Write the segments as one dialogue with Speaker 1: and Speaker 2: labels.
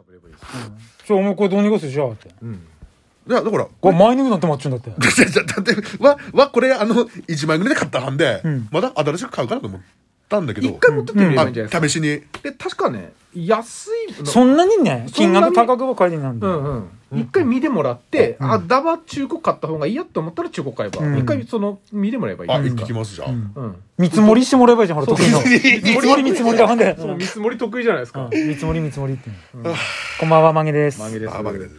Speaker 1: ばいいです
Speaker 2: ちょ、お前これどうにかするじゃんって。
Speaker 1: うんいやだから
Speaker 2: これマイニングなんて待っちゅうんだ って。
Speaker 1: じゃじゃ だってわわこれあの1万円ぐらいで買ったはんで、まだ新しく買うかなと思ったんだけど
Speaker 3: 一回持ってってみればいいんじゃないですか、
Speaker 1: あ試しに
Speaker 3: で確かね安いの
Speaker 2: そんなにね、
Speaker 3: そん
Speaker 2: 金
Speaker 3: なに
Speaker 2: 額高くば書いてなんで。
Speaker 3: うんうん一回見てもらって、あダバ中古買った方がいいやと思ったら中古買えば、
Speaker 2: うん
Speaker 3: 一回その見てもらえばいい
Speaker 1: あ、
Speaker 3: で
Speaker 1: 行
Speaker 3: す
Speaker 1: って
Speaker 3: か
Speaker 1: きますじゃあ、
Speaker 2: うん
Speaker 3: うん
Speaker 2: 見積もりしてもらえばいいじゃん、ほら、得意の。
Speaker 1: そう
Speaker 2: 見積もり見積もりだ、ほんで。う
Speaker 3: そうん見積もり得意じゃないですか、
Speaker 2: 見積もり見積もりって。
Speaker 3: うん
Speaker 2: こんばんは、まげです。
Speaker 3: マゲです
Speaker 1: あ負けです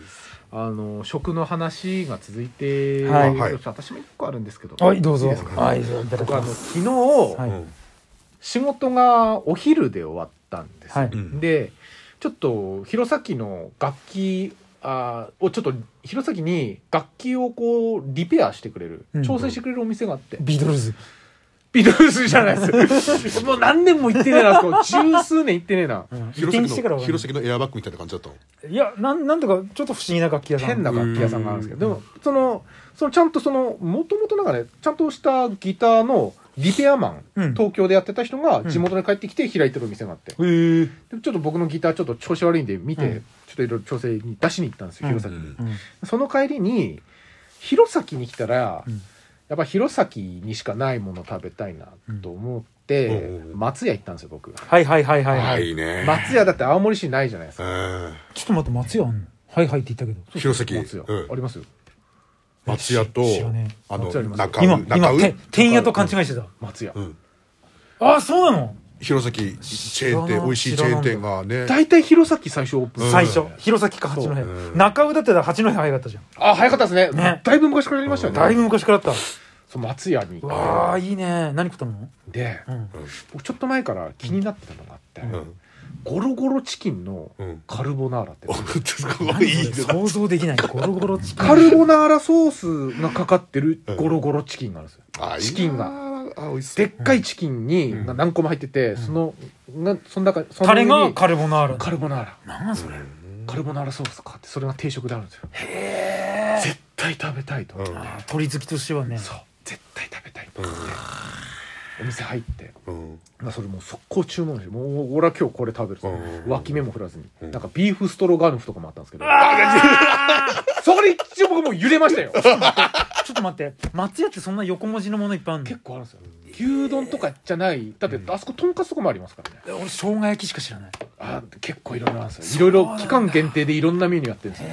Speaker 3: あの食の話が続いて、
Speaker 2: はい
Speaker 1: はい
Speaker 3: 私も一個あるんですけど、
Speaker 2: はい、どうぞ。
Speaker 3: いいですか
Speaker 2: はい、どうぞいただき
Speaker 3: 僕あ
Speaker 2: ま
Speaker 3: の
Speaker 2: す。
Speaker 3: 昨日、
Speaker 2: はい
Speaker 1: うん
Speaker 3: 仕事がお昼で終わったんですよ、
Speaker 2: はい
Speaker 1: うん
Speaker 3: でちょっと弘前の楽器あーをちょっと弘前に楽器をこうリペアしてくれる、
Speaker 2: うん
Speaker 3: 調整してくれるお店があって、
Speaker 2: ビートルズ。
Speaker 3: ビートルズじゃないですよもう何年も行ってねえなあそこ十数年行ってねえな
Speaker 2: うん移
Speaker 1: 弘
Speaker 2: 転して
Speaker 1: 前
Speaker 2: から
Speaker 1: の
Speaker 2: は分かん
Speaker 1: 弘前のエアバッグみたいな感じだったの
Speaker 2: ないいや、なん、なんとか、ちょっと不思議な楽器屋さん。
Speaker 3: 変な楽器屋さんがあるんですけどで
Speaker 2: うん
Speaker 3: もそのそのちゃんとそのもともとなんかねちゃんとしたギターのリペアマン、
Speaker 2: うん
Speaker 3: 東京でやってた人が地元に帰ってきて開いてるお店があって、
Speaker 2: へえ。
Speaker 3: でちょっと僕のギターちょっと調子悪いんで見て、
Speaker 2: うん
Speaker 3: ちょっといろいろ調整に出しに行ったんですよ
Speaker 2: うん
Speaker 3: 弘前に、
Speaker 1: うん
Speaker 2: うん
Speaker 3: その帰りに弘前に来たら、
Speaker 2: うん
Speaker 3: やっぱ弘前にしかないもの食べたいなと思って、
Speaker 1: うんうん
Speaker 3: 松屋行ったんですよ僕
Speaker 2: はいはいはいはい
Speaker 1: あ
Speaker 2: はい。
Speaker 1: いいね
Speaker 3: 松屋だって青森市にないじゃないですか
Speaker 1: うん
Speaker 2: ちょっと待って、松屋あんのはいはいって言ったけど。
Speaker 1: 弘前
Speaker 3: 松屋、
Speaker 1: うん
Speaker 3: ありますよ
Speaker 1: 松屋と
Speaker 2: 知らねえ
Speaker 1: あの
Speaker 3: 松屋あります
Speaker 1: 中
Speaker 2: 今、
Speaker 1: 尾中
Speaker 2: 今、て
Speaker 1: 尾
Speaker 2: 天屋と勘違いしてた。
Speaker 3: 松屋、
Speaker 1: うん
Speaker 2: ああ、そうなの
Speaker 1: 弘前チェーン
Speaker 2: 知ら
Speaker 1: 店
Speaker 2: な
Speaker 1: 美味しいチェーン店がね
Speaker 3: 大体弘前最初オープン、
Speaker 1: うん
Speaker 2: 最初。弘前か八戸
Speaker 1: う。ん
Speaker 2: 中尾だって八戸早かったじゃん。
Speaker 3: あ早かったですね
Speaker 2: ね
Speaker 3: だいぶ昔からやりましたよね、
Speaker 2: だいぶ昔からあった。
Speaker 3: そう松屋に行っ
Speaker 2: わあ、いいね。何食ったの
Speaker 3: てで
Speaker 2: うん。
Speaker 3: 僕ちょっと前から気になってたのがあって、
Speaker 1: うん
Speaker 3: ゴロゴロチキンの
Speaker 1: うん
Speaker 3: カルボナーラって、
Speaker 1: す ご
Speaker 2: 何
Speaker 1: いいい
Speaker 2: それ想像できない。ゴロゴロ チキン。
Speaker 3: カルボナーラソースがかかってるゴロゴロチキンがあるんですよ。
Speaker 1: あいいな
Speaker 3: チキンが
Speaker 1: あ美味しそ
Speaker 3: で
Speaker 1: う
Speaker 3: っかいチキンにが何個も入ってて、その、がその中、その上
Speaker 2: タレ
Speaker 3: に
Speaker 2: がカルボナーラ。
Speaker 3: カルボナーラ。
Speaker 2: なんそれ。
Speaker 3: カルボナーラソースかかって、それが定食であるんですよ。絶対食べたいと。
Speaker 1: うん
Speaker 2: あー鳥好きとしてはね。
Speaker 3: そう、絶対食べたいと思って。お店入って、
Speaker 1: うん
Speaker 3: まあそれもう速攻注文して、もう俺は今日これ食べるぞ
Speaker 1: う。ん
Speaker 3: 脇目も振らずに。
Speaker 1: ん
Speaker 3: なんかビーフストロガノフとかもあったんですけど。 そこで一応僕もう揺れましたよ。
Speaker 2: ちょっと待って。松屋ってそんな横文字のものいっ ぱいある
Speaker 3: 結構あるんですよ牛丼とかじゃないだってあそことんかつとかもありますからね
Speaker 2: の俺、生姜焼きしか知らない。
Speaker 3: あ結構いろいろなんですよいろいろ期間限定でいろんなメニューやってるんですよ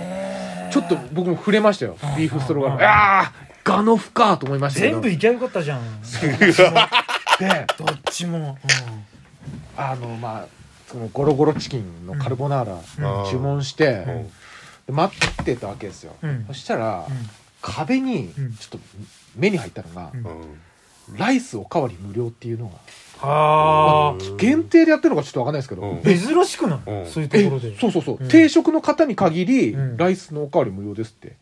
Speaker 3: ちょっと僕も触れましたよビーフストロガノフああガノフかと思いましたけど
Speaker 2: 全部いきゃよかったじゃん。
Speaker 3: で
Speaker 2: どっちも。うん
Speaker 3: あのまあそのゴロゴロチキンのカルボナーラ
Speaker 1: うん
Speaker 3: 注文して、
Speaker 1: ん
Speaker 3: で待ってたわけですよ、
Speaker 2: うん
Speaker 3: そしたら、
Speaker 2: ん
Speaker 3: 壁に
Speaker 2: うん
Speaker 3: ちょっと目に入ったのが、
Speaker 2: ん
Speaker 1: うん
Speaker 3: ライスおかわり無料っていうのが、
Speaker 2: あー
Speaker 3: 限定でやってるのかちょっとわかんないですけど、
Speaker 1: うん
Speaker 2: 珍しくない、
Speaker 1: うん
Speaker 2: そういうと
Speaker 3: え
Speaker 2: ころで。
Speaker 3: そうそうそう、
Speaker 2: うん
Speaker 3: 定食の方に限り、
Speaker 2: うん
Speaker 3: ライスのおかわり無料ですって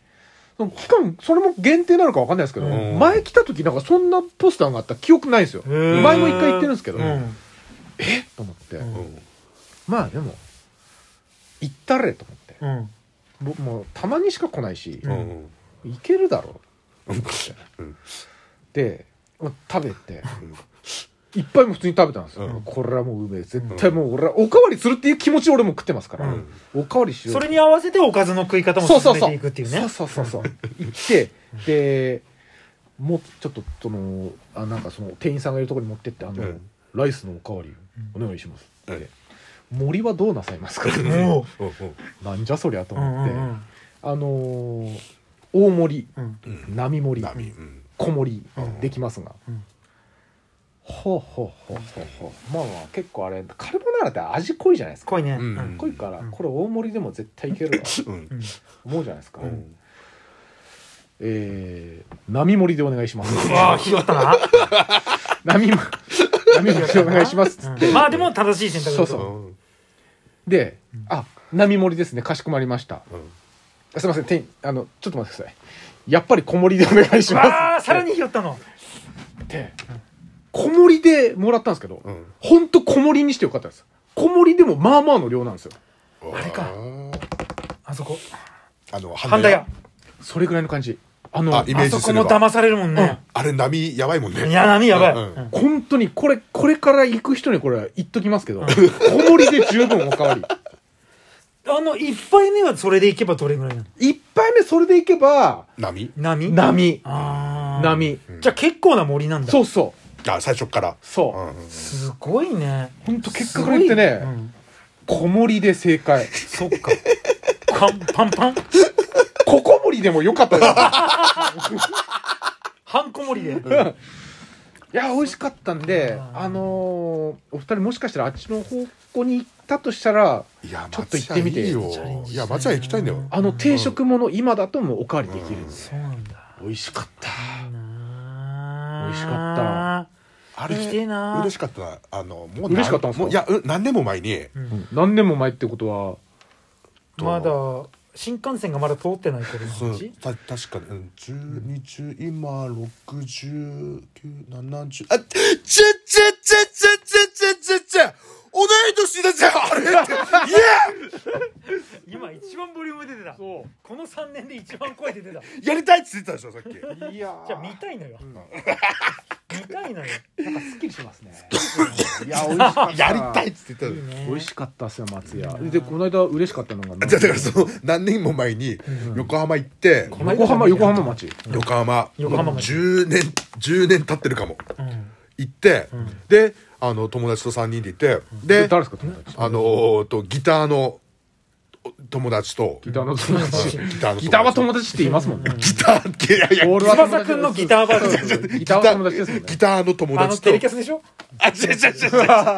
Speaker 3: その期間それも限定なのかわかんないですけど、
Speaker 2: うん
Speaker 3: 前来た時なんかそんなポスターがあった記憶ないんですよ
Speaker 2: へー
Speaker 3: 前も一回行ってるんですけど、
Speaker 2: う
Speaker 3: え
Speaker 2: ん
Speaker 3: と思って、
Speaker 2: うん
Speaker 1: うん
Speaker 3: まあでも行ったれと思って
Speaker 2: うん
Speaker 3: 僕もうたまにしか来ないし、
Speaker 2: うん
Speaker 1: うん
Speaker 3: 行けるだろうと思って
Speaker 1: うん
Speaker 3: でまあ食べていっぱいも普通に食べたんですよ、
Speaker 1: うん
Speaker 3: これはもううめえ絶対もう俺はおかわりするっていう気持ちで俺も食ってますから、
Speaker 2: うん
Speaker 3: おかわりしよう
Speaker 2: それに合わせておかずの食い方も
Speaker 3: そうそ
Speaker 2: 進
Speaker 3: うそう
Speaker 2: めていくっていう
Speaker 3: そう
Speaker 2: ね。
Speaker 3: そうそうそう行ってでもうちょっとそのあなんかその店員さんがいるところに持ってってあの、
Speaker 1: うん
Speaker 3: ライスのおかわりお願いしますって、
Speaker 1: うん
Speaker 3: 森はどうなさいますか
Speaker 2: も
Speaker 1: うんうん
Speaker 3: なんじゃそりゃと
Speaker 2: う、うん
Speaker 3: 思
Speaker 2: う
Speaker 3: って、
Speaker 2: ん
Speaker 3: あのー大盛り
Speaker 2: うん、
Speaker 3: 並盛り
Speaker 1: 波うん
Speaker 3: 小盛りできますが、
Speaker 2: うん
Speaker 3: ほうほうほうほうほうまあまあ結構あれカルボナーラって味濃いじゃないですか
Speaker 2: 濃いね。う
Speaker 1: うんん
Speaker 3: 濃いから
Speaker 2: うん
Speaker 3: これ大盛りでも絶対いけるわ
Speaker 1: うん
Speaker 2: うん
Speaker 3: 思うじゃないですか、
Speaker 1: うん
Speaker 3: えー、並盛りでお願いします。
Speaker 2: わあ、ひどかったな。
Speaker 3: 並盛り、並盛りでお願いしますっつって。
Speaker 2: うんまあでも正しい選択だと
Speaker 3: そう
Speaker 1: うん
Speaker 3: で、あ、並盛りですね。かしこまりました。
Speaker 1: うん
Speaker 3: すいません、店員あの、ちょっと待ってください。やっぱり小盛りでお願いします
Speaker 2: わあ、さらにひどったの。
Speaker 3: って。小盛りでもらったんですけど、
Speaker 1: うん
Speaker 3: ほんと小盛りにしてよかったです。小盛りでもまあまあの量なんですよ。
Speaker 2: あれかあそこ。
Speaker 1: あの
Speaker 2: 半田屋。
Speaker 3: それぐらいの感じ。あの、
Speaker 1: あイメー
Speaker 2: あ
Speaker 1: ジすれば
Speaker 2: そこも騙されるもんね。
Speaker 1: あれ波やばいもんね
Speaker 2: いや、波やばい。
Speaker 1: うん
Speaker 2: うん
Speaker 3: 本当にこれ、これから行く人にこれは言っときますけど、小盛りで十分おかわり。
Speaker 2: あの一杯目はそれでいけばどれぐらいなの
Speaker 3: 一杯目それでいけば
Speaker 1: 波
Speaker 2: 波
Speaker 3: 波
Speaker 2: あー
Speaker 3: 波
Speaker 2: じゃあ結構な森なんだ
Speaker 3: そうそう
Speaker 1: あ最初っから
Speaker 3: そう
Speaker 1: うんうん
Speaker 2: すごいね
Speaker 3: ほんと結果から言ってね
Speaker 2: すごいうん
Speaker 3: 小盛りで正解
Speaker 2: そっかパンパンパン
Speaker 3: ここ盛りでもよかったよ
Speaker 2: ハンコ盛りで
Speaker 3: いや美味しかったんで
Speaker 2: あー
Speaker 3: あのーお二人もしかしたらあっちの方向に行ったとしたら
Speaker 1: いや
Speaker 3: ちょっと行ってみて
Speaker 1: 松屋いい
Speaker 2: チャレン
Speaker 1: よ
Speaker 2: ジ
Speaker 1: い
Speaker 2: したい
Speaker 1: や
Speaker 2: な
Speaker 1: 松屋行きたいんだよ
Speaker 3: あの定食もの今だともうおかわりできるんで
Speaker 2: そうなんだ
Speaker 3: 美味しかった
Speaker 2: いいなあ
Speaker 3: 美味しか
Speaker 1: あれ
Speaker 2: 行きてえな
Speaker 1: 嬉しかったあのもう
Speaker 3: 嬉しかったんですか
Speaker 1: もういやう何年も前に
Speaker 2: うん
Speaker 3: 何年も前ってことは
Speaker 2: まだ新幹線がまだ通ってない頃の
Speaker 1: そう
Speaker 2: 話
Speaker 1: た確かにうん12中今6970あちゃちゃちゃちゃちゃちゃちゃちゃ同い年だじゃんあれ いや
Speaker 2: 今一番ボリューム出てた
Speaker 3: そ
Speaker 2: この3年で一番声出て た
Speaker 1: やりたいって言ってたでしょさっき
Speaker 3: ういやー
Speaker 2: じゃあ見たいのよ見たいのよ
Speaker 3: なんかすっきりしますねいや美味しかった
Speaker 1: やりたいって言ってた
Speaker 2: い
Speaker 1: で
Speaker 2: い
Speaker 1: しょ
Speaker 2: ね
Speaker 3: 美味しかったっすよ松屋
Speaker 2: いいな
Speaker 3: でこの間嬉しかったのが
Speaker 1: じゃあだからその何年も前に横浜行って
Speaker 2: の
Speaker 3: 横浜横浜町
Speaker 1: 横浜
Speaker 2: 横浜まで
Speaker 1: 10年10年経ってるかも
Speaker 2: うん
Speaker 1: 行ってであの友達と3人で行ってで
Speaker 3: 誰ですか友達
Speaker 1: あのーとギターのお友達と
Speaker 3: ギターの友達
Speaker 1: ギターの
Speaker 3: ギターは友達って言いますもんね
Speaker 1: ギター系いやいや
Speaker 3: オールは友達
Speaker 2: 翼くんのギターバージ
Speaker 3: そ
Speaker 2: ョン
Speaker 3: うそうそうギターは友達ですもんね
Speaker 1: ギターの友
Speaker 2: あの
Speaker 1: 達
Speaker 2: テレ
Speaker 1: と
Speaker 2: キャスでしょ
Speaker 1: あ違う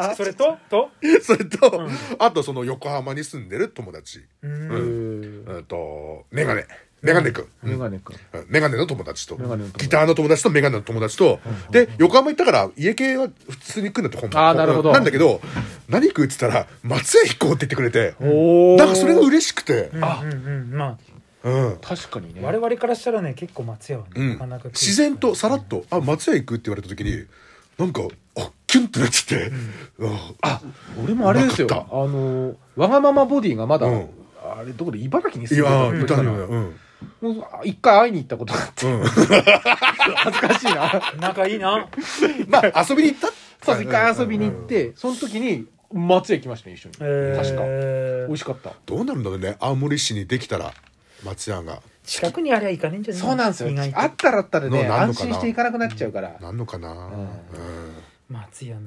Speaker 1: 違う
Speaker 2: それとと
Speaker 1: 違う違 うそれとあとその横浜に住んでる友達
Speaker 2: うん
Speaker 3: うん
Speaker 1: えっとメガネメガネくん
Speaker 3: メガネか
Speaker 1: うんメガネの友達と
Speaker 3: メガネの友達
Speaker 1: ギターの友達とメガネの友達と、で横浜行ったから家系は普通に行くんだって本当
Speaker 3: あーなるほど
Speaker 1: なんだけど何食うって言ったら松屋行こうって言ってくれて
Speaker 3: お
Speaker 1: なんかそれが嬉しくて、
Speaker 2: あうんうんまあ
Speaker 1: うん
Speaker 3: 確かにね
Speaker 2: 我々からしたらね結構松屋は
Speaker 1: う
Speaker 2: ね
Speaker 1: ん
Speaker 2: なかなか
Speaker 1: 自然とさらっと「あ松屋行く?」って言われた時になんかあキュンってなっちゃって、あ
Speaker 3: 俺もあれですよ
Speaker 1: うまかっ
Speaker 3: あのわがままボディがまだ
Speaker 1: うん
Speaker 3: あれどこで茨城に
Speaker 1: い
Speaker 3: 住んで
Speaker 1: や
Speaker 3: た
Speaker 1: ーいたのよ、うん
Speaker 3: もうあ一回会いに行ったことがあって
Speaker 1: うん、
Speaker 3: 恥ずかしいな
Speaker 2: 仲いいな
Speaker 1: まあ遊びに行った
Speaker 3: そう一回遊びに行ってその時に松屋行きましたね一緒に確か
Speaker 2: え
Speaker 3: 美味しかった
Speaker 1: どうなるんだろうね青森市にできたら松屋が
Speaker 2: 近くにありゃいかねえんじゃねえ
Speaker 3: そうなんですよ
Speaker 2: 意外と
Speaker 3: あったらあったらね
Speaker 1: のなんの
Speaker 3: 安
Speaker 1: かな
Speaker 3: 心して行かなくなっちゃうから
Speaker 1: なんのかな、うん
Speaker 2: 松屋な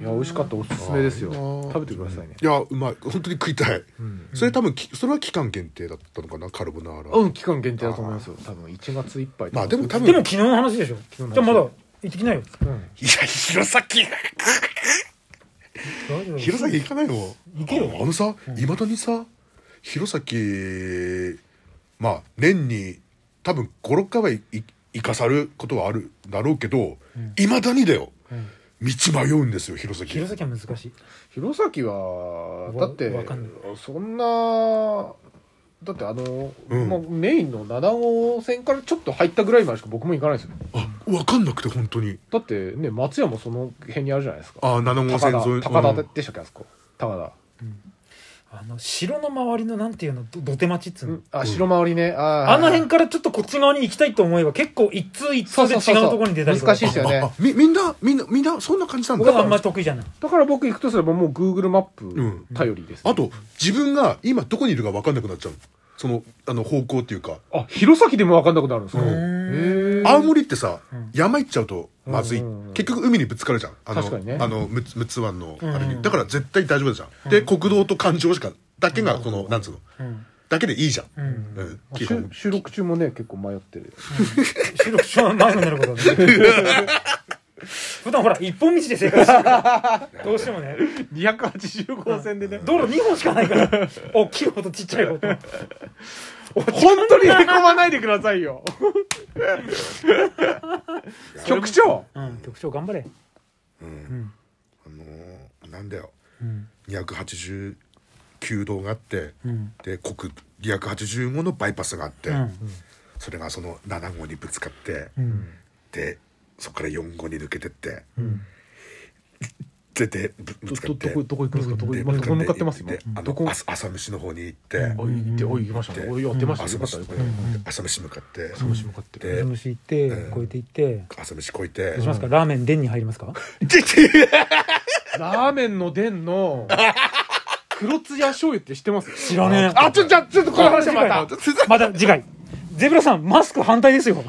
Speaker 2: いい
Speaker 3: や美味しかったおすすめですよ
Speaker 1: あー
Speaker 3: 食べてくださいね
Speaker 1: いやうまい本当に食いたい、それ多分きそれは期間限定だったのかなカルボナーラ、
Speaker 3: うん期間限定だと思いますよ多分1月いっぱいとか
Speaker 1: まあでも多分
Speaker 2: でも昨日の話でしょじゃ
Speaker 3: 昨日の話
Speaker 2: あまだ行ってきないよ
Speaker 3: うん
Speaker 1: や弘前弘前行かないの
Speaker 2: 行けよ
Speaker 1: ああのさいまだにさ弘前まあ年に多分56回はいい行かさることはあるだろうけどいま、未だにだよ、道迷うんですよ弘前
Speaker 2: 弘前は難しい
Speaker 3: 弘前は
Speaker 2: わ
Speaker 3: だって
Speaker 2: わかんな
Speaker 3: そんなだってあの、
Speaker 1: うん
Speaker 3: まあ、メインの7号線からちょっと入ったぐらいまでしか僕も行かないですよ
Speaker 1: あ分かんなくて本当に
Speaker 3: だってね松屋もその辺にあるじゃないですか
Speaker 1: あ7号
Speaker 3: 高
Speaker 1: 線
Speaker 3: 田
Speaker 1: 沿い
Speaker 3: 高田
Speaker 1: うん
Speaker 3: でしたっけあそこ高田
Speaker 2: あの城の周りのなんていうのど土手町っつう
Speaker 3: う
Speaker 2: の
Speaker 3: んあ城回りねあー
Speaker 2: あの辺からちょっとこっち側に行きたいと思えば結構一通一
Speaker 3: そう
Speaker 2: 通で
Speaker 3: そうそう
Speaker 2: 違う
Speaker 3: そう
Speaker 2: ところに出たりとか
Speaker 3: 難しいですよ
Speaker 1: あ
Speaker 3: ね
Speaker 1: みみんなみんなみんなそんな感じなんだ
Speaker 2: 僕はあんまり得意じゃない
Speaker 3: だから僕行くとすればもう Google マップ
Speaker 1: ん
Speaker 3: 頼りです、
Speaker 1: あと自分が今どこにいるか分かんなくなっちゃうそのあの方向っていうか、
Speaker 3: あ弘前でも分かんなくなるんですか、
Speaker 1: うん
Speaker 3: へー
Speaker 1: 青森ってさ、山行っちゃうとまずい、
Speaker 3: うんうんうん
Speaker 1: 結局海にぶつかるじゃんあの
Speaker 3: 確かにね
Speaker 1: あのむつむつ湾のあれに、
Speaker 2: うん
Speaker 1: だから絶対大丈夫じゃん、で国道と環状しかだけがこの、なんつうの
Speaker 2: うん
Speaker 1: だけでいいじゃん、
Speaker 2: うん
Speaker 1: うん
Speaker 3: あ
Speaker 1: 基
Speaker 3: し
Speaker 1: 本
Speaker 3: ゅ収録中もね結構迷ってる
Speaker 2: 収録し前になることだね 普段ほら一本道で生活してるからどうしてもね
Speaker 3: 280号線でね
Speaker 2: 道路2本しかないから大きい方とちっちゃい方と
Speaker 3: 本当にへこまないでくださいよ局長
Speaker 2: うん局長頑張れ
Speaker 1: あのーなんだよ
Speaker 2: うん
Speaker 1: 289道があって、
Speaker 2: うん
Speaker 1: で国285のバイパスがあって、
Speaker 2: うん
Speaker 1: それがその7号にぶつかって、
Speaker 2: うん
Speaker 1: でそこから4号に抜けてって
Speaker 2: うん
Speaker 1: 出てぶぶつかって
Speaker 3: どこ行くんですかどこ
Speaker 1: で
Speaker 3: 今どこ向かってます
Speaker 1: で
Speaker 3: 今
Speaker 1: あ
Speaker 3: ど
Speaker 1: の
Speaker 3: こ
Speaker 1: 朝朝飯の方に行って、
Speaker 3: おい行っておい行きました
Speaker 1: で
Speaker 3: ねおいやってました
Speaker 1: 朝
Speaker 3: よかった
Speaker 1: 飯
Speaker 3: よかっ
Speaker 1: 朝飯向かって、
Speaker 3: た虫向かってる
Speaker 1: で
Speaker 2: 水虫行って越えて行って
Speaker 1: 朝飯こいて
Speaker 2: どうしますかラーメンでんに入りますか
Speaker 1: でで
Speaker 3: ラーメンのでんの黒つや醤油って知ってます
Speaker 2: 知らねえ
Speaker 3: あ、ちょ、じゃあ、ちょっとこの話はまた。
Speaker 2: また次回。ゼブラさん、マスク反対ですよ。